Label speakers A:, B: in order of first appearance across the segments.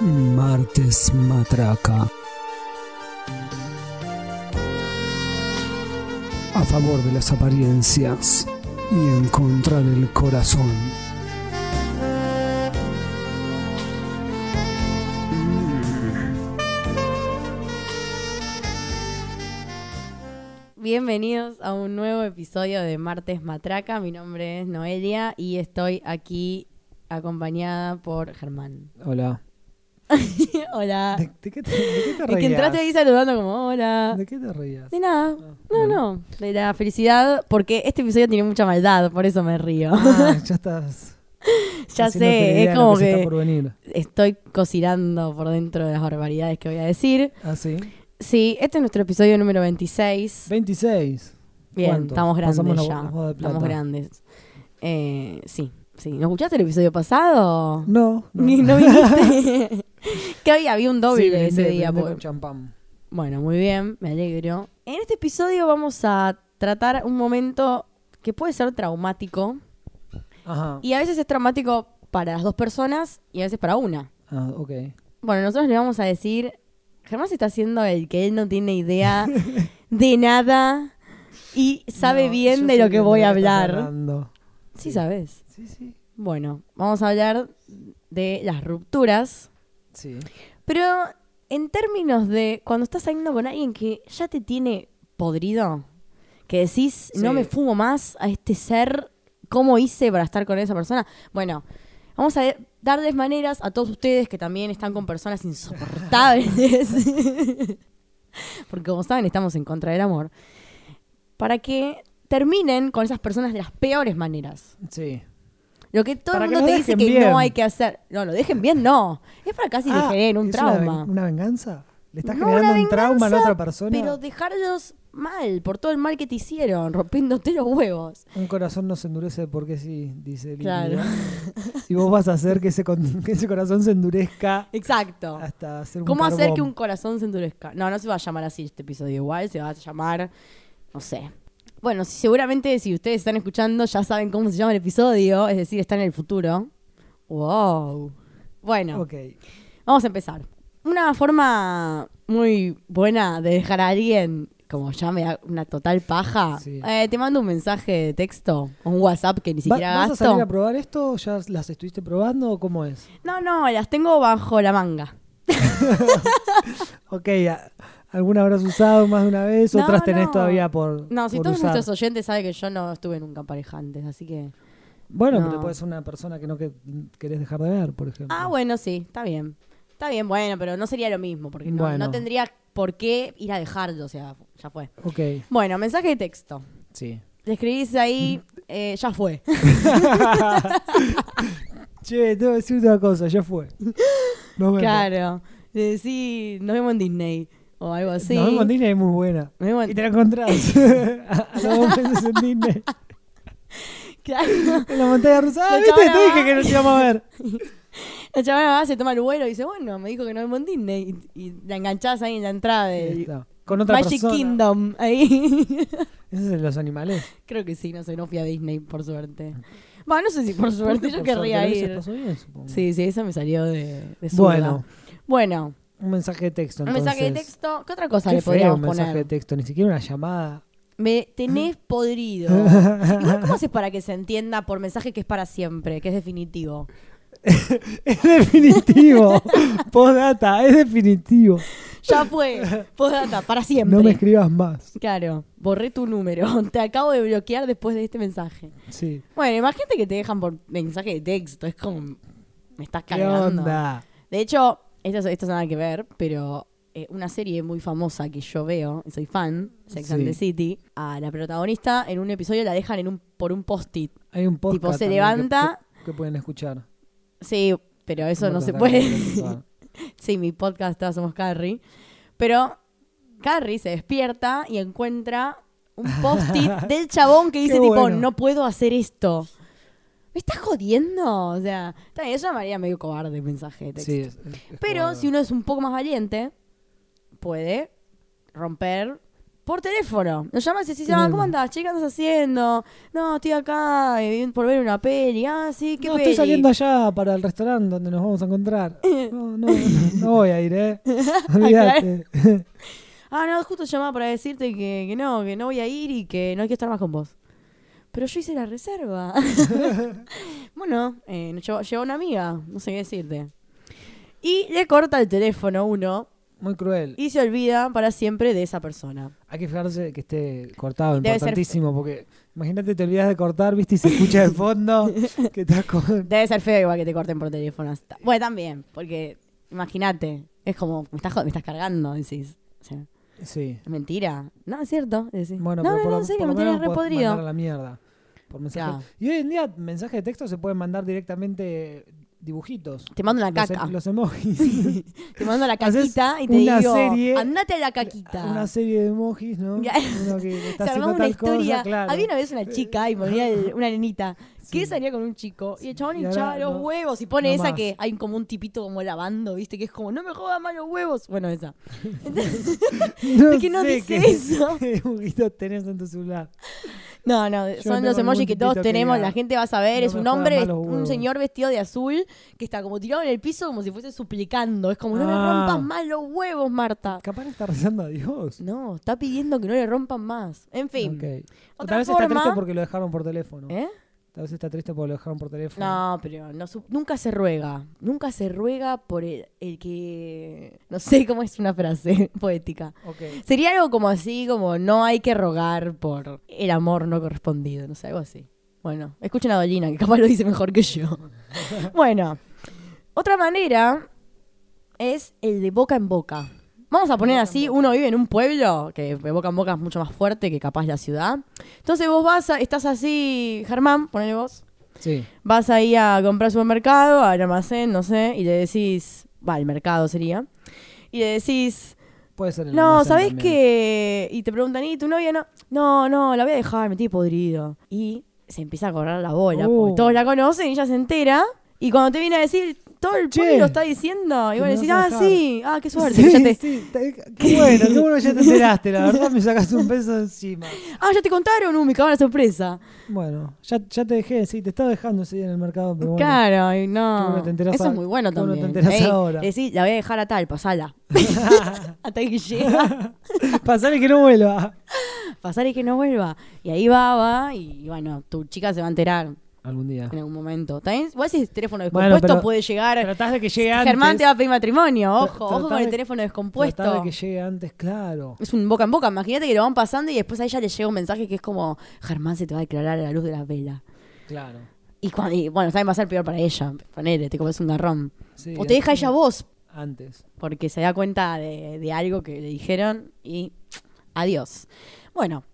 A: Martes Matraca. A favor de las apariencias y en contra del corazón.
B: Bienvenidos a un nuevo episodio de Martes Matraca. Mi nombre es Noelia y estoy aquí acompañada por Germán.
A: Hola.
B: Hola.
A: ¿De, de qué te, de qué te
B: Es que entraste
A: reías?
B: ahí saludando como hola.
A: ¿De qué te reías?
B: De nada. No,
A: bueno.
B: no. De la felicidad, porque este episodio tiene mucha maldad, por eso me río.
A: Ah, ya estás.
B: ya
A: haciéndote
B: sé,
A: idea
B: es
A: de lo
B: como
A: se está
B: que
A: por venir.
B: estoy cocinando por dentro de las barbaridades que voy a decir.
A: Ah, sí.
B: Sí, este es nuestro episodio número 26.
A: 26.
B: Bien,
A: ¿Cuánto?
B: estamos grandes
A: Pasamos la-
B: ya.
A: la joda de plata.
B: Estamos grandes. Eh, sí, sí. ¿No escuchaste el episodio pasado?
A: No.
B: Ni no viniste. que hoy había un doble
A: Sí,
B: de ese
A: brindé-
B: día.
A: brindé
B: porque-
A: con champán.
B: Bueno, muy bien, me alegro. En este episodio vamos a tratar un momento que puede ser traumático.
A: Ajá.
B: Y a veces es traumático para las dos personas y a veces para una.
A: Ah, ok.
B: Bueno, nosotros le vamos a decir, Germán se está haciendo el que él no tiene idea de nada y sabe
A: No, yo
B: bien de
A: sé
B: lo que voy a
A: estás
B: hablar.
A: hablando.
B: Sí, sabes.
A: Sí, sí.
B: Bueno, vamos a hablar de las rupturas,
A: Sí.
B: pero en términos de cuando estás saliendo con alguien que ya te tiene podrido, que decís, no
A: Sí.
B: me fumo más a este ser, ¿cómo hice para estar con esa persona? Bueno, vamos a darles maneras a todos ustedes que también están con personas insoportables, porque como saben estamos en contra del amor, para que terminen con esas personas de las peores maneras.
A: Sí.
B: Lo que todo
A: Para
B: el
A: que
B: mundo
A: lo
B: te dice
A: dejen
B: que
A: bien.
B: no hay que hacer. No, lo dejen bien, no. Es para casi
A: Ah,
B: te generen un
A: ¿es una ven-
B: trauma.
A: Una, venganza? ¿Le estás
B: No,
A: generando
B: una
A: un trauma a la
B: venganza,
A: otra persona?
B: Pero dejarlos mal, por todo el mal que te hicieron, rompiéndote los huevos.
A: Un corazón no se endurece porque sí, dice Lili,
B: Claro.
A: ¿no? Y vos vas a hacer que ese, con- que ese corazón se endurezca
B: Exacto.
A: hasta hacer un
B: ¿Cómo hacer que un
A: carbón.
B: corazón se endurezca? No, no se va a llamar así este episodio igual, se va a llamar, no sé. Bueno, si- seguramente si ustedes están escuchando ya saben cómo se llama el episodio, es decir, está en el futuro. Wow. Bueno,
A: Ok.
B: Vamos a empezar. Una forma muy buena de dejar a alguien, como ya me da una total paja,
A: Sí.
B: eh, te mando un mensaje de texto, o un WhatsApp que ni
A: Va-
B: siquiera
A: ¿Vas a
B: gasto.
A: salir a probar esto? ¿Ya las estuviste probando o cómo es?
B: No, no, las tengo bajo la manga.
A: Ok, a- algunas habrás usado más de una vez,
B: No,
A: otras tenés
B: no.
A: todavía por
B: No, si
A: por
B: todos
A: usar.
B: nuestros oyentes saben que yo no estuve nunca en pareja antes, así que...
A: Bueno,
B: No.
A: pero puede ser una persona que no que- querés dejar de ver, por ejemplo.
B: Ah, bueno, sí, está bien. Está bien, bueno, pero no sería lo mismo, porque no,
A: Bueno.
B: no tendría por qué ir a dejarlo, o sea, ya fue.
A: Ok,
B: Bueno, mensaje de texto.
A: sí.
B: Le escribís ahí,
A: Mm.
B: eh, ya fue.
A: Che, te voy a decir una cosa, ya fue. Nos vemos.
B: Claro. Le decís, nos vemos en Disney o algo así.
A: Nos vemos en Disney, es muy buena.
B: Nos vemos en-
A: Y te la encontrás a, a los dos meses en Disney.
B: Claro.
A: En la montaña rusa. Ah,
B: La
A: ¿viste?
B: chabona
A: Te dije
B: va.
A: que nos íbamos a ver.
B: La chavana va, se toma el vuelo y dice, bueno, me dijo que nos vemos en Disney. Y, y la enganchás ahí en la entrada
A: Ahí
B: de
A: está. Con otra
B: Magic
A: persona.
B: Kingdom. Ahí.
A: Esos son los animales.
B: Creo que sí, no sé, no fui a Disney, por suerte. Bueno, no sé si por suerte, yo querría
A: Pero ese
B: ir.
A: pasó bien, supongo.
B: Sí, sí, eso me salió de, de zurda.
A: Bueno,
B: Bueno,
A: un mensaje de texto.
B: un
A: Entonces.
B: mensaje de texto. ¿Qué otra cosa
A: Qué
B: le
A: feo
B: podríamos
A: un mensaje
B: poner?
A: de texto, ni siquiera una llamada.
B: Me tenés podrido. Igual, ¿cómo haces para que se entienda por mensaje que es para siempre, que es definitivo?
A: Es definitivo. Postdata, es definitivo.
B: Ya fue. Postdata, para siempre.
A: No me escribas más.
B: Claro, borré tu número. Te acabo de bloquear después de este mensaje.
A: Sí.
B: Bueno, imagínate que te dejan por mensaje de texto. Es como. Me estás
A: ¿Qué
B: cagando.
A: onda?
B: De hecho, esto, esto nada que ver, pero eh, una serie muy famosa que yo veo, y soy fan, Sex and
A: Sí.
B: the City, a la protagonista en un episodio la dejan en un, por un post-it.
A: Hay un podcast.
B: Tipo, se
A: también que-
B: levanta.
A: Que, que pueden escuchar.
B: Sí, pero eso
A: Un
B: no se
A: podcast
B: puede.
A: también que pueden escuchar.
B: Sí, mi podcast Todas Somos Carrie. Pero Carrie se despierta y encuentra un post-it del chabón que dice,
A: Qué
B: tipo,
A: bueno.
B: no puedo hacer esto. ¿Me estás jodiendo? O sea, está bien, yo llamaría medio cobarde el mensaje de texto.
A: Sí, es- es- es
B: Pero
A: como-
B: si uno es un poco más valiente, puede romper Por teléfono. Nos llamas y decís, ah,
A: Mm.
B: ¿cómo andás? Che, ¿qué andas haciendo? No, estoy acá eh, por ver una peli. Ah, sí, ¿qué
A: No,
B: peli?
A: estoy saliendo allá para el restaurante donde nos vamos a encontrar. No, no, no voy a ir, ¿eh? Olvídate.
B: Ah, no, justo llamaba para decirte que, que no, que no voy a ir y que no hay que estar más con vos. Pero yo hice la reserva. bueno, eh, nos llevó, llevó una amiga, no sé qué decirte. Y le corta el teléfono uno
A: Muy cruel.
B: y se olvida para siempre de esa persona.
A: Hay que fijarse que esté cortado,
B: Debe ser-
A: importantísimo, porque imagínate te olvidas de cortar, viste, y se escucha de fondo que estás con...
B: Debe ser feo igual que te corten por teléfono. hasta- Bueno, también, porque imagínate, es como, me estás, jod- me estás cargando, decís. O sea,
A: Sí.
B: es mentira. No, es cierto. decís.
A: Bueno,
B: no,
A: pero
B: no,
A: por,
B: no,
A: lo-
B: en serio,
A: por lo
B: me tenés
A: menos podés
B: repodrido.
A: mandar a la mierda. Por mensaje.
B: Claro.
A: Y hoy en día, mensaje de texto se pueden mandar directamente dibujitos.
B: Te mando una
A: Los
B: caca.
A: em- Los, emojis.
B: Te mando la
A: Haces
B: caquita y te
A: una
B: digo,
A: serie-
B: andate a la caquita.
A: Una serie de emojis, ¿no?
B: Ya.
A: Uno que
B: Se
A: está
B: armaba
A: haciendo
B: una
A: tal
B: historia.
A: cosa, claro.
B: Había una vez una chica y ponía el- una nenita que
A: Sí.
B: salía con un chico y el chabón
A: Y ahora
B: hinchaba los
A: no-
B: huevos y pone
A: no
B: esa
A: más.
B: que hay como un tipito como lavando, ¿viste? Que es como, no me jodas más los huevos. Bueno, esa.
A: No
B: ¿Por qué no
A: sé
B: dice
A: qué
B: eso?
A: dibujitos tenés en tu celular.
B: No, no, son
A: tengo
B: los emojis
A: algún
B: que
A: tipito
B: todos
A: que
B: tenemos,
A: diga,
B: la gente va a saber,
A: "No
B: es
A: me
B: un
A: jodas
B: hombre,
A: más los
B: un
A: huevos".
B: señor vestido de azul que está como tirado en el piso como si fuese suplicando, es como, no me
A: Ah.
B: rompas más los huevos, Marta.
A: Capaz le está rezando a Dios.
B: No, está pidiendo que no le rompan más. En fin.
A: Ok. O
B: Otra
A: tal vez está
B: forma-
A: triste porque lo dejaron por teléfono.
B: ¿Eh?
A: Tal vez está triste porque lo dejaron por teléfono.
B: No, pero no su- nunca se ruega. Nunca se ruega por el, el que. No sé cómo es una frase poética.
A: Ok.
B: Sería algo como así, como no hay que rogar por el amor no correspondido, no sé, algo así. Bueno, escuchen a Dolina, que capaz lo dice mejor que yo. bueno, otra manera es el de boca en boca. Vamos a poner así, uno vive en un pueblo, que de boca en boca es mucho más fuerte que capaz la ciudad. Entonces vos vas, a- estás así, Germán, ponele vos.
A: Sí.
B: Vas ahí a comprar al supermercado, al almacén, no sé, y le decís, va, al mercado sería, y le decís,
A: Puede ser el
B: no,
A: almacén
B: ¿sabés
A: también.
B: qué? Y te preguntan, ¿y tu novia no? No, no, la voy a dejar, me tiene podrido. Y se empieza a correr la bola,
A: Oh.
B: porque todos la conocen y ella se entera. Y cuando te viene a decir, todo el
A: Che,
B: pueblo lo está diciendo, y
A: que
B: vos
A: me
B: decís, ah,
A: vas a dejar.
B: sí, ah, qué suerte.
A: Sí,
B: ya te-
A: sí, te- qué bueno, qué bueno que ya te enteraste, la verdad me sacaste un peso encima.
B: Ah, ya te contaron, uh, me cagó la sorpresa.
A: Bueno, ya, ya te dejé, sí, te estaba dejando ese día en el mercado, pero bueno.
B: Claro, y
A: Qué
B: no.
A: bueno te enterás
B: Eso
A: a-
B: es muy bueno
A: qué bueno te
B: también.
A: enterás
B: Ey,
A: ahora.
B: Decís, la voy a dejar a tal, pasala. Hasta que llega.
A: Pasale que no vuelva.
B: pasar y que no vuelva. Y ahí va, va, y bueno, tu chica se va a enterar
A: Algún día.
B: en algún momento. También, igual si es teléfono
A: Bueno,
B: descompuesto,
A: pero-
B: puede llegar.
A: Tratás de que llegue antes.
B: Germán te va a pedir matrimonio,
A: Tra-
B: ojo, ojo
A: tratá
B: con el
A: de-
B: teléfono descompuesto.
A: Tratás de que llegue antes, claro.
B: Es un boca en boca, imagínate que lo van pasando y después a ella le llega un mensaje que es como, Germán se te va a declarar a la luz de la vela.
A: Claro.
B: Y, cuando, y bueno, también va a ser peor para ella, ponele, te comes un garrón.
A: Sí,
B: o te deja ella vos,
A: Antes.
B: porque se da cuenta de, de algo que le dijeron y adiós. Bueno,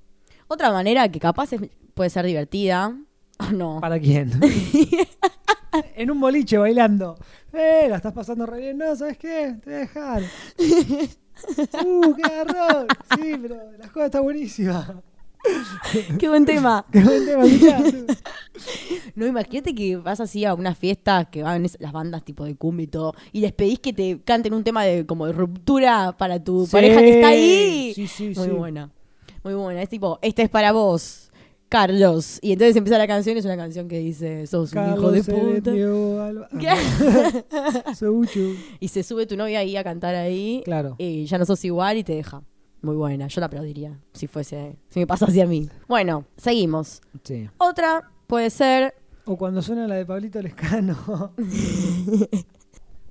B: otra manera que capaz es- puede ser divertida, o no.
A: ¿Para quién? en un boliche bailando. ¡Eh! La estás pasando re bien. No, ¿sabes qué? Te voy a dejar. ¡Uh! ¡Qué garrón! Sí, pero la joda está buenísima.
B: Qué buen tema.
A: ¡Qué buen tema, escuchá.
B: No, imagínate que vas así a una fiesta que van es- las bandas tipo de cumbia y todo, y les pedís que te canten un tema de como de ruptura para tu
A: Sí,
B: pareja que está ahí.
A: sí, sí,
B: Muy
A: sí.
B: buena. Muy buena. Es tipo, esta es para vos. Carlos. Y entonces empieza la canción, es una canción que dice, sos un
A: Carlos
B: hijo
A: se
B: de puta.
A: vendió al-
B: ¿Qué?
A: Ah, Souchu.
B: Y se sube tu novia ahí a cantar ahí.
A: Claro.
B: Y ya no sos igual y te deja. Muy buena, yo la aplaudiría si fuese, si me pasase a mí. Bueno, seguimos.
A: Sí.
B: Otra puede ser.
A: O cuando suena la de Pablito Lescano.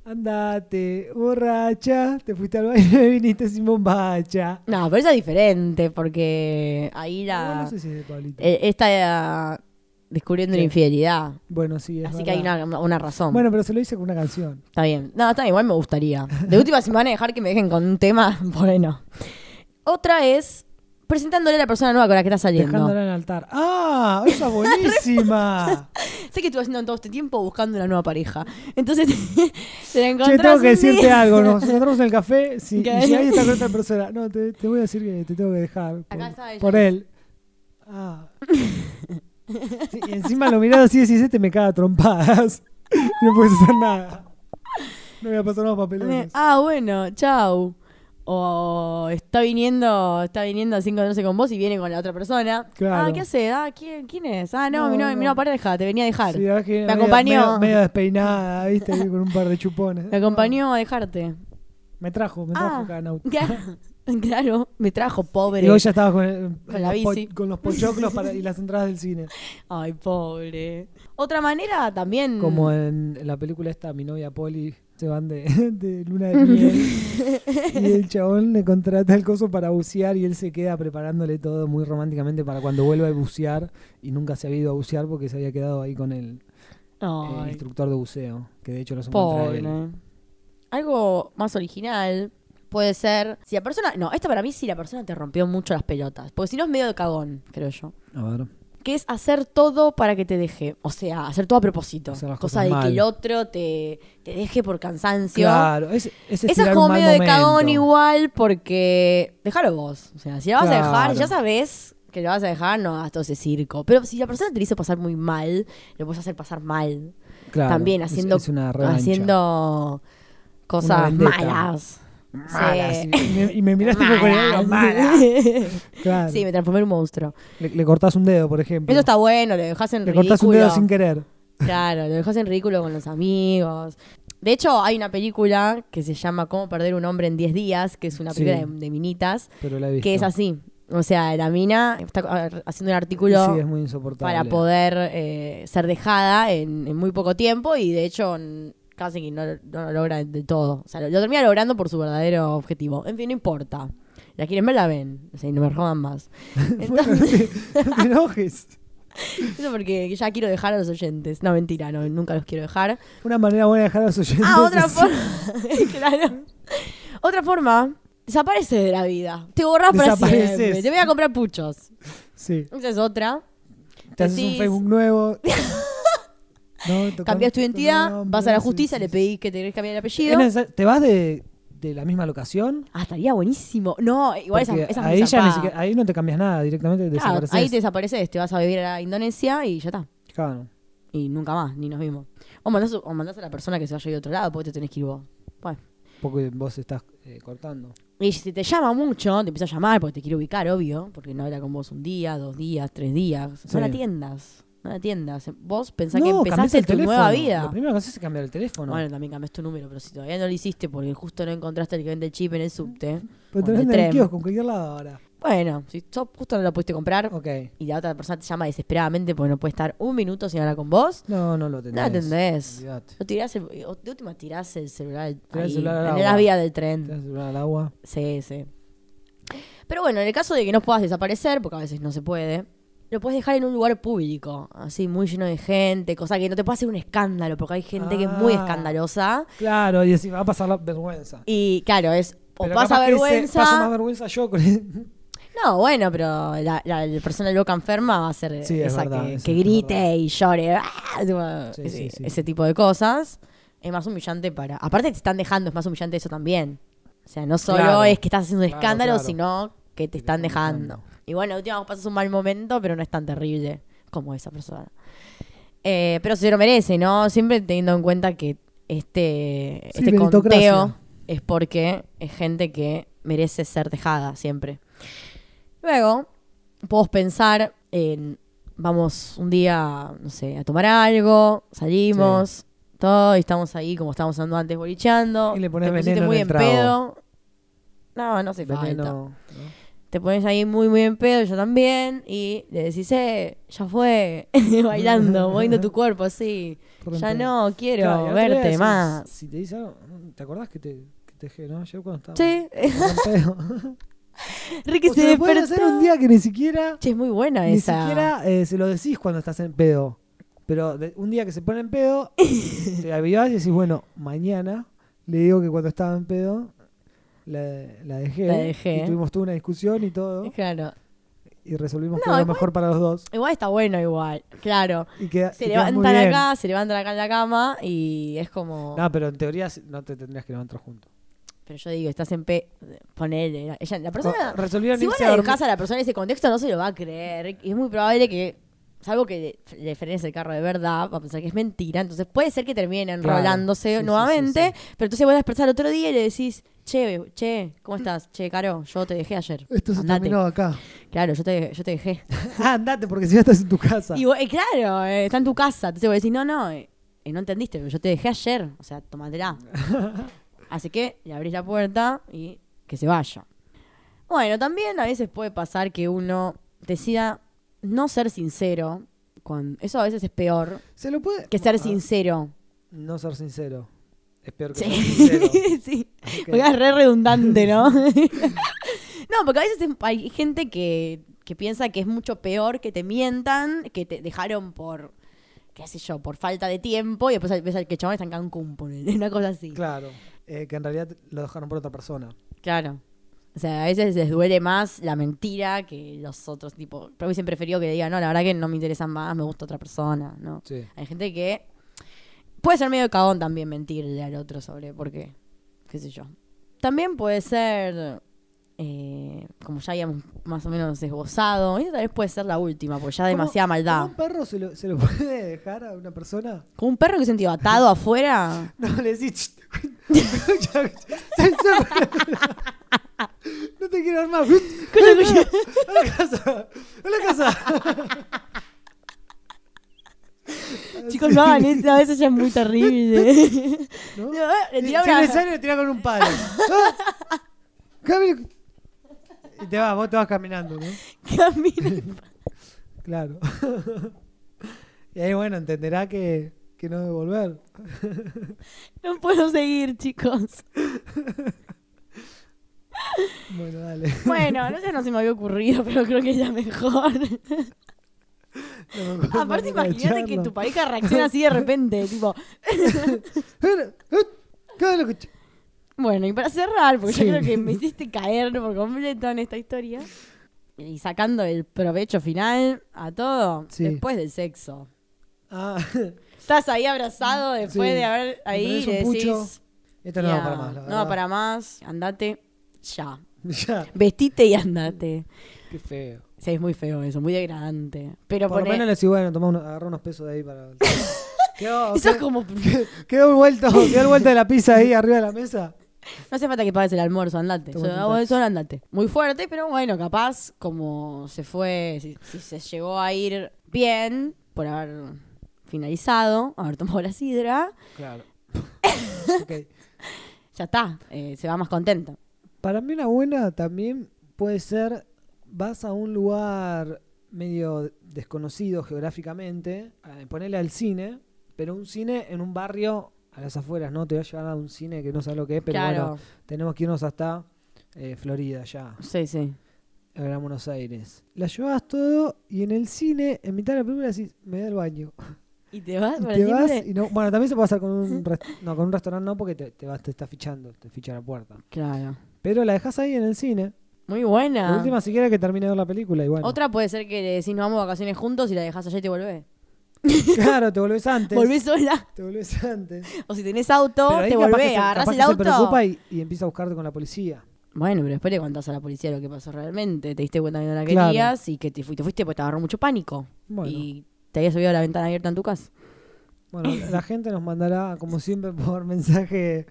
A: Andate, borracha. Te fuiste al baile y viniste sin bombacha.
B: No, pero esa es diferente, porque ahí
A: Ah, No,
B: la.
A: no sé si es de Pablito.
B: eh, está eh, descubriendo una
A: Sí.
B: infidelidad.
A: bueno, sí, es
B: Así que hay
A: verdad.
B: una, una- una razón.
A: Bueno, pero se lo hice con una canción.
B: Está bien. No, está bien, igual me gustaría. De última, si me van a dejar que me dejen con un tema, bueno. Otra es presentándole a la persona nueva con la que estás saliendo.
A: Dejándola en el altar. ¡Ah! ¡Esa es buenísima!
B: Sé que estuve haciendo todo este tiempo buscando una nueva pareja. Entonces, te la encontrás
A: che, tengo que
B: un
A: decirte
B: día.
A: algo. Nos encontramos en el café. Sí, y
B: ¿Qué?
A: llegáis a estar con otra persona. No, te, te voy a decir que te tengo que dejar. Por,
B: Acá está ella.
A: por él. Ah. y encima lo mirás así y decís: Este me caga a trompadas. no puedes hacer nada. No voy a pasar más papelones.
B: Ah, bueno, Eh, chau. O está viniendo, está viniendo así encontrarse con vos y viene con la otra persona.
A: Claro.
B: Ah, ¿qué hace? Ah, ¿quién, quién es? Ah, no,
A: No,
B: mi novia,
A: no.
B: mi novia pareja, te venía a dejar.
A: Sí, la verdad que
B: me
A: medio-
B: acompañó.
A: Medio, medio despeinada, viste, ahí con un par de chupones.
B: Me acompañó a dejarte.
A: Me trajo, me trajo
B: Ah,
A: acá en auto.
B: claro, claro, me trajo, pobre.
A: Y vos ya estabas con, el-
B: Con la
A: los po-
B: bici.
A: con los pochoclos para- y las entradas del cine.
B: Ay, pobre. Otra manera también.
A: Como en la película esta, mi novia Polly, se van de, de luna de miel. y el chabón le contrata el coso para bucear y él se queda preparándole todo muy románticamente para cuando vuelva a bucear. Y nunca se había ido a bucear porque se había quedado ahí con el, el
B: Ay,
A: instructor de buceo. Que de hecho los encuentra él.
B: pobre. Algo más original puede ser. Si la persona. No, esta para mí si la persona te rompió mucho las pelotas. Porque si no es medio de cagón, creo yo.
A: A ver.
B: que es hacer todo para que te deje. O sea, hacer todo a propósito.
A: Hacer las
B: Cosa
A: cosas
B: de
A: mal.
B: que el otro te, te deje por cansancio.
A: Claro, es, es
B: Eso es
A: estirar
B: como
A: un mal
B: medio de
A: momento.
B: cagón igual porque déjalo vos. O sea, si la vas a
A: Claro.
B: dejar, ya sabes que lo vas a dejar, no hagas todo ese circo. Pero si la persona te lo hizo pasar muy mal, lo puedes hacer pasar mal.
A: Claro,
B: También
A: es-
B: haciendo,
A: es una revancha.
B: haciendo cosas
A: vendetta.
B: malas.
A: Malas.
B: Sí.
A: Y, me, y me miraste tipo con el dedo,
B: Malas.
A: mala. Claro.
B: Sí, me transformé en un monstruo.
A: le, le cortás un dedo, por ejemplo.
B: Eso está bueno, lo dejas en
A: le
B: ridículo.
A: cortás un dedo sin querer.
B: Claro, lo dejas en ridículo con los amigos. De hecho, hay una película que se llama Cómo perder un hombre en 10 días, que es una
A: Sí.
B: película de, de minitas,
A: Pero la he visto.
B: que es así. O sea, la mina está ah, haciendo un artículo
A: Sí, es muy insoportable.
B: para poder eh, ser dejada en, en muy poco tiempo y de hecho n- casi que no, no lo logra de todo. O sea, lo, lo termina logrando por su verdadero objetivo. En fin, no importa. La quieren ver, la ven. O sea, y no me jodan más.
A: Bueno, no te, no te enojes.
B: Eso porque ya quiero dejar a los oyentes. No, mentira, no, nunca los quiero dejar.
A: Una manera buena de dejar a los oyentes.
B: Ah, otra
A: es-
B: forma. claro. Otra forma. Desapareces de la vida. Te borras para
A: Desapareces.
B: siempre. Te voy a comprar puchos.
A: Sí.
B: Esa es otra.
A: Te haces un
B: Decís-
A: Facebook nuevo. No, tocá-
B: Cambias tu
A: tocá
B: identidad,
A: mi nombre,
B: vas a la
A: sí,
B: justicia,
A: sí,
B: le
A: sí.
B: pedís que te querés cambiar el apellido.
A: ¿Es necesario- ¿Te vas de, de la misma locación?
B: Ah, estaría buenísimo. No, igual esa,
A: Porque
B: esa es muy
A: ahí, ya ni
B: zarpada.
A: siquiera- ahí no te cambias nada, directamente te
B: Claro,
A: desapareces.
B: ahí te desapareces, te vas a vivir a Indonesia y ya está.
A: Claro.
B: Y nunca más, ni nos vimos. O mandás, o mandás a la persona que se vaya a ir a otro lado porque te tenés que ir vos. Bueno.
A: Porque vos estás eh, cortando.
B: Y si te llama mucho, te empieza a llamar porque te quiere ubicar, obvio, porque no habla con vos un día, dos días, tres días.
A: Sí.
B: No la atiendas, no la atiendas. Vos pensás que
A: no, cambiás
B: empezaste
A: el
B: tu
A: teléfono.
B: nueva
A: Lo
B: vida.
A: primero que haces es cambiar el teléfono.
B: Bueno, también cambiás tu número, pero si todavía no lo hiciste porque justo no encontraste el que vende el chip en el subte.
A: Pero
B: o
A: te lo
B: en el
A: venden en el
B: tren.
A: kiosco, en cualquier lado ahora.
B: Bueno, si so- justo no lo pudiste comprar
A: Ok.
B: y la otra persona te llama desesperadamente porque no puede estar un minuto sin hablar con vos,
A: No, no lo
B: no
A: atendés.
B: la atendés.
A: Olvidate.
B: O tirás el- o de última tirás el celular,
A: el
B: ahí,
A: celular al
B: en
A: agua.
B: las vías del
A: Te
B: tren.
A: das el celular al agua.
B: Sí, sí. Pero bueno, en el caso de que no puedas desaparecer, porque a veces no se puede, lo puedes dejar en un lugar público, así muy lleno de gente, cosa que no te puede hacer un escándalo, porque hay gente que es muy
A: Ah.
B: escandalosa.
A: Claro, y decís, va a pasar la vergüenza.
B: Y claro, es o
A: Pero
B: pasa
A: capaz que se-
B: vergüenza.
A: Paso más vergüenza yo con
B: No, bueno, pero la, la- la persona loca enferma va a ser
A: Sí, es
B: esa
A: verdad,
B: que,
A: eso
B: que
A: es
B: grite
A: verdad.
B: y llore. ¡ah! Tipo,
A: Sí,
B: ese,
A: sí, sí.
B: ese tipo de cosas. Es más humillante para. Aparte, te están dejando, es más humillante eso también. O sea, no solo
A: Claro.
B: es que estás haciendo un
A: Claro,
B: escándalo,
A: claro.
B: sino que te están dejando. Y bueno, la última vez pasas un mal momento, pero no es tan terrible como esa persona. Eh, pero se lo merece, ¿no? Siempre teniendo en cuenta que este,
A: Sí,
B: este
A: meritocracia.
B: conteo es porque es gente que merece ser dejada siempre. Luego, podemos pensar en, vamos un día, no sé, a tomar algo, salimos, todo, y estamos ahí como estábamos andando antes bolicheando.
A: Y le pones
B: te pusiste
A: veneno
B: muy
A: en el
B: en
A: trago.
B: pedo. No, no hace falta.
A: veneno.
B: Te pones ahí muy, muy en pedo, yo también, y le decís, eh, ya fue, bailando, moviendo tu cuerpo así.
A: Por
B: Ya
A: dentro.
B: no quiero
A: Claro, y al otro día
B: verte
A: decís,
B: más.
A: Si te dice algo, mm, ¿te acordás que te, que te dije, no? Ayer cuando estábamos.
B: Sí, Ricky
A: o
B: se
A: sea, lo podés
B: despertó.
A: hacer un día que ni siquiera,
B: Che, es muy buena
A: ni
B: esa.
A: siquiera eh, se lo decís cuando estás en pedo. Pero de- un día que se pone en pedo, te avivás y decís, bueno, mañana le digo que cuando estaba en pedo la, la dejé.
B: La dejé.
A: Y tuvimos toda una discusión y todo.
B: Claro.
A: Y resolvimos
B: No,
A: que era lo
B: igual-
A: mejor para los dos.
B: Igual está bueno igual, claro.
A: Y queda,
B: Se
A: y queda muy
B: levantan
A: bien.
B: acá, se levantan acá en la cama y es como...
A: No, pero en teoría no te tendrías que levantar juntos. pero
B: Pero yo digo, estás en P... Ponele, la- ella, la persona...
A: Resolvieron
B: Si vos
A: irse a
B: la
A: dormir.
B: dejás a la persona en ese contexto no se lo va a creer. Y es muy probable que, salvo que le, le frenes el carro de verdad, va a pensar que es mentira. Entonces puede ser que terminen
A: Claro.
B: enrolándose
A: Sí, sí,
B: nuevamente. Pero entonces vos a despertar al otro día y le decís, che, che, ¿cómo estás? Che, Caro, yo te dejé ayer.
A: Esto se
B: Andate.
A: terminó acá.
B: Claro, yo te, yo te dejé.
A: Ah, andate, porque si no estás en tu casa.
B: Y vos- eh, claro, eh, está en tu casa. Entonces voy a decir, no, no, eh, eh, no entendiste, pero yo te dejé ayer. O sea, tomatela. Así que le abrís la puerta y que se vaya. Bueno, también a veces puede pasar que uno decida no ser sincero. Con... Eso a veces es peor
A: ¿Se lo puede?
B: que ser
A: Ah,
B: sincero.
A: No ser sincero. Es peor que
B: Sí.
A: ser sincero.
B: sí.
A: Ok.
B: Porque es re redundante, ¿no? no, porque a veces es- hay gente que, que piensa que es mucho peor que te mientan, que te dejaron por, qué sé yo, por falta de tiempo, y después ves al que el chabón está en Cancún, ponele, una cosa así. Claro.
A: Claro. Eh, que en realidad lo dejaron por otra persona.
B: O sea, a veces les duele más la mentira que los otros, tipo, pero hubiesen preferido que le digan, no, la verdad que no me interesan más, me gusta otra persona, ¿no?
A: Sí.
B: Hay gente que puede ser medio cagón también mentirle al otro sobre por qué, qué sé yo. También puede ser, eh, como ya habíamos más o menos esbozado, esta tal vez puede ser la última, porque ya
A: ¿Cómo-
B: demasiada maldad.
A: ¿cómo ¿Un perro se lo, se lo puede dejar a una persona?
B: Como un perro que se sentido atado afuera.
A: No, le decís. no te quiero armar. A la casa. A la casa.
B: Chicos, no hagan eso, a veces ya es muy terrible.
A: ¿No?
B: No, eh, le tirá
A: Si
B: una-
A: le sale, le tirá con un palo. Ah, camina. Y te vas, vos te vas caminando, ¿no?
B: Ah, Camina.
A: Claro. Y ahí, bueno, entenderá que, que no debe volver.
B: No puedo seguir, chicos.
A: Bueno, dale.
B: Bueno, no sé, no se me había ocurrido, pero creo que es la mejor.
A: No me acuerdo
B: Aparte,
A: nunca de
B: imagínate que
A: charla.
B: tu pareja reacciona así de repente, tipo.
A: Bueno, eh, cada lo que ch-
B: Bueno, y para cerrar, porque
A: Sí.
B: yo creo que me hiciste caer por completo en esta historia. Y sacando el provecho final a todo,
A: Sí.
B: después del sexo.
A: Ah,
B: Estás ahí abrazado después
A: Mm, Sí.
B: de haber ahí
A: Prendés
B: le
A: un
B: decís.
A: pucho. esto no
B: "Ya,
A: va para más, la
B: no
A: verdad.
B: va para más, andate ya.
A: Ya,
B: Vestite y andate.
A: qué feo.
B: Sí, es muy feo eso, muy degradante. Pero
A: Por lo
B: poné-
A: menos le decís, bueno, tomá uno- agarrá unos pesos de ahí para... quedó,
B: Eso es
A: quedó-
B: como.
A: quedó el vuelto, quedó el vuelto de la pizza ahí arriba de la mesa.
B: No hace falta que pagues el almuerzo, andate.
A: Toma
B: Solo-
A: tu taxi.
B: solo andate. Muy fuerte, pero bueno, capaz como se fue, si, si se llegó a ir bien por haber finalizado, haber tomado la sidra,
A: Claro. ok.
B: ya está, eh, se va más contento.
A: Para mí una buena también puede ser, vas a un lugar medio desconocido geográficamente, eh, ponele al cine, pero un cine en un barrio a las afueras, ¿no? Te voy a llevar a un cine que no sabes lo que es, pero
B: claro,
A: bueno, tenemos que irnos hasta eh, Florida ya,
B: sí, sí.
A: a Gran Buenos Aires. La llevas todo y en el cine, en mitad de la película decís, me da el baño.
B: ¿Y te vas?
A: Y
B: para
A: te vas
B: siempre?
A: y no- bueno, también se puede hacer con un, rest- no, con un restaurante, no, porque te, te vas, te está fichando, te ficha la puerta.
B: Claro.
A: Pero la dejas ahí en el cine.
B: Muy
A: La
B: buena.
A: última si quiere que termine de ver la película y bueno.
B: Ah. Otra puede ser que le decís nos vamos de vacaciones juntos y la dejás allá y te volvés.
A: Claro, te volvés antes.
B: Volvés sola.
A: Te volvés antes.
B: O si tenés auto,
A: Pero ahí
B: te
A: capaz que
B: volvés,
A: se-
B: agarrás
A: capaz
B: el
A: que
B: auto.
A: Se preocupa y, y empieza a buscarte con la policía.
B: Bueno, pero después le contás a la policía lo que pasó realmente. Te diste cuenta que no la
A: Claro.
B: querías y que te fuiste, te fuiste porque te agarró mucho pánico.
A: Bueno,
B: Y te habías subido a la ventana abierta en tu casa.
A: bueno, la gente nos mandará, como siempre, por mensaje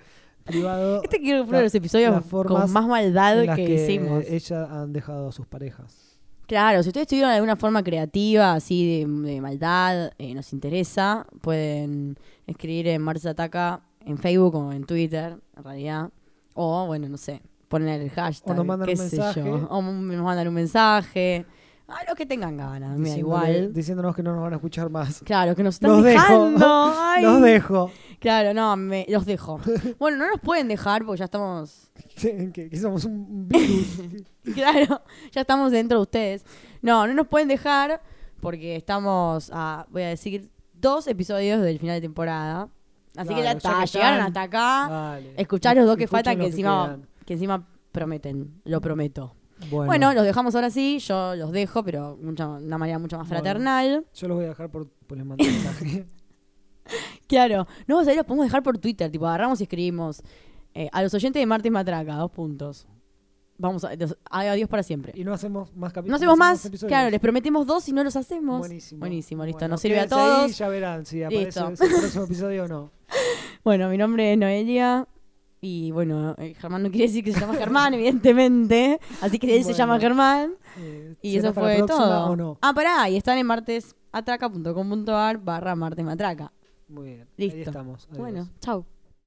A: privado
B: Este quiero que fue
A: La-
B: uno de los episodios
A: las formas
B: con más maldad
A: en las
B: que,
A: que, eh,
B: hicimos.
A: ellas han dejado a sus parejas.
B: Claro, si ustedes tuvieron alguna forma creativa, así de, de maldad, eh, nos interesa, pueden escribir en Marcia Ataca en Facebook o en Twitter, en realidad. O, bueno, no sé, poner el hashtag.
A: O nos mandan
B: qué
A: un
B: sé
A: mensaje.
B: yo. O nos mandan un mensaje. A los que tengan ganas, me da
A: Diciéndole-
B: Ah, igual.
A: Diciéndonos que no nos van a escuchar más.
B: Claro, que nos están
A: Los dejo.
B: dejando. Ay.
A: Los dejo.
B: Claro, no, me, los dejo. Bueno, no nos pueden dejar porque ya estamos.
A: Que, que somos un virus.
B: Claro, ya estamos dentro de ustedes. No, no nos pueden dejar porque estamos a, voy a decir, dos episodios del final de temporada. Así
A: Claro,
B: que ya
A: ya
B: está,
A: que
B: llegaron
A: están,
B: hasta acá.
A: Vale.
B: Escuchar Ah, los dos que
A: Escuchen
B: faltan
A: los
B: que encima,
A: quedan.
B: que encima prometen, lo prometo.
A: Bueno,
B: Bueno. los dejamos ahora sí, yo los dejo, pero mucha, de una manera mucho más
A: Bueno.
B: fraternal.
A: yo los voy a dejar por, por les mandé un mensaje.
B: Claro, no, o sea, los podemos dejar por Twitter, tipo, agarramos y escribimos eh, a los oyentes de Martes Matraca, dos puntos. Vamos a, los- a- adiós para siempre.
A: y no hacemos más capítulos.
B: No hacemos más,
A: episodios.
B: claro, les prometimos dos y no los hacemos.
A: Buenísimo.
B: Buenísimo, listo,
A: Bueno,
B: nos sirve a
A: quédense ahí,
B: todos.
A: ya verán si aparece
B: Listo.
A: el próximo episodio o no.
B: Bueno, mi nombre es Noelia. Y bueno, eh, Germán no quiere decir que se llama Germán, evidentemente. Así que él se llama
A: Bueno.
B: Germán.
A: Eh,
B: Y
A: ¿será
B: eso
A: para la
B: fue
A: próxima
B: todo.
A: o no?
B: Ah, pará, y están en martesatraca.com.ar barra martesmatraca.
A: Muy bien. Ahí
B: Listo.
A: estamos. Adiós.
B: Bueno, chau.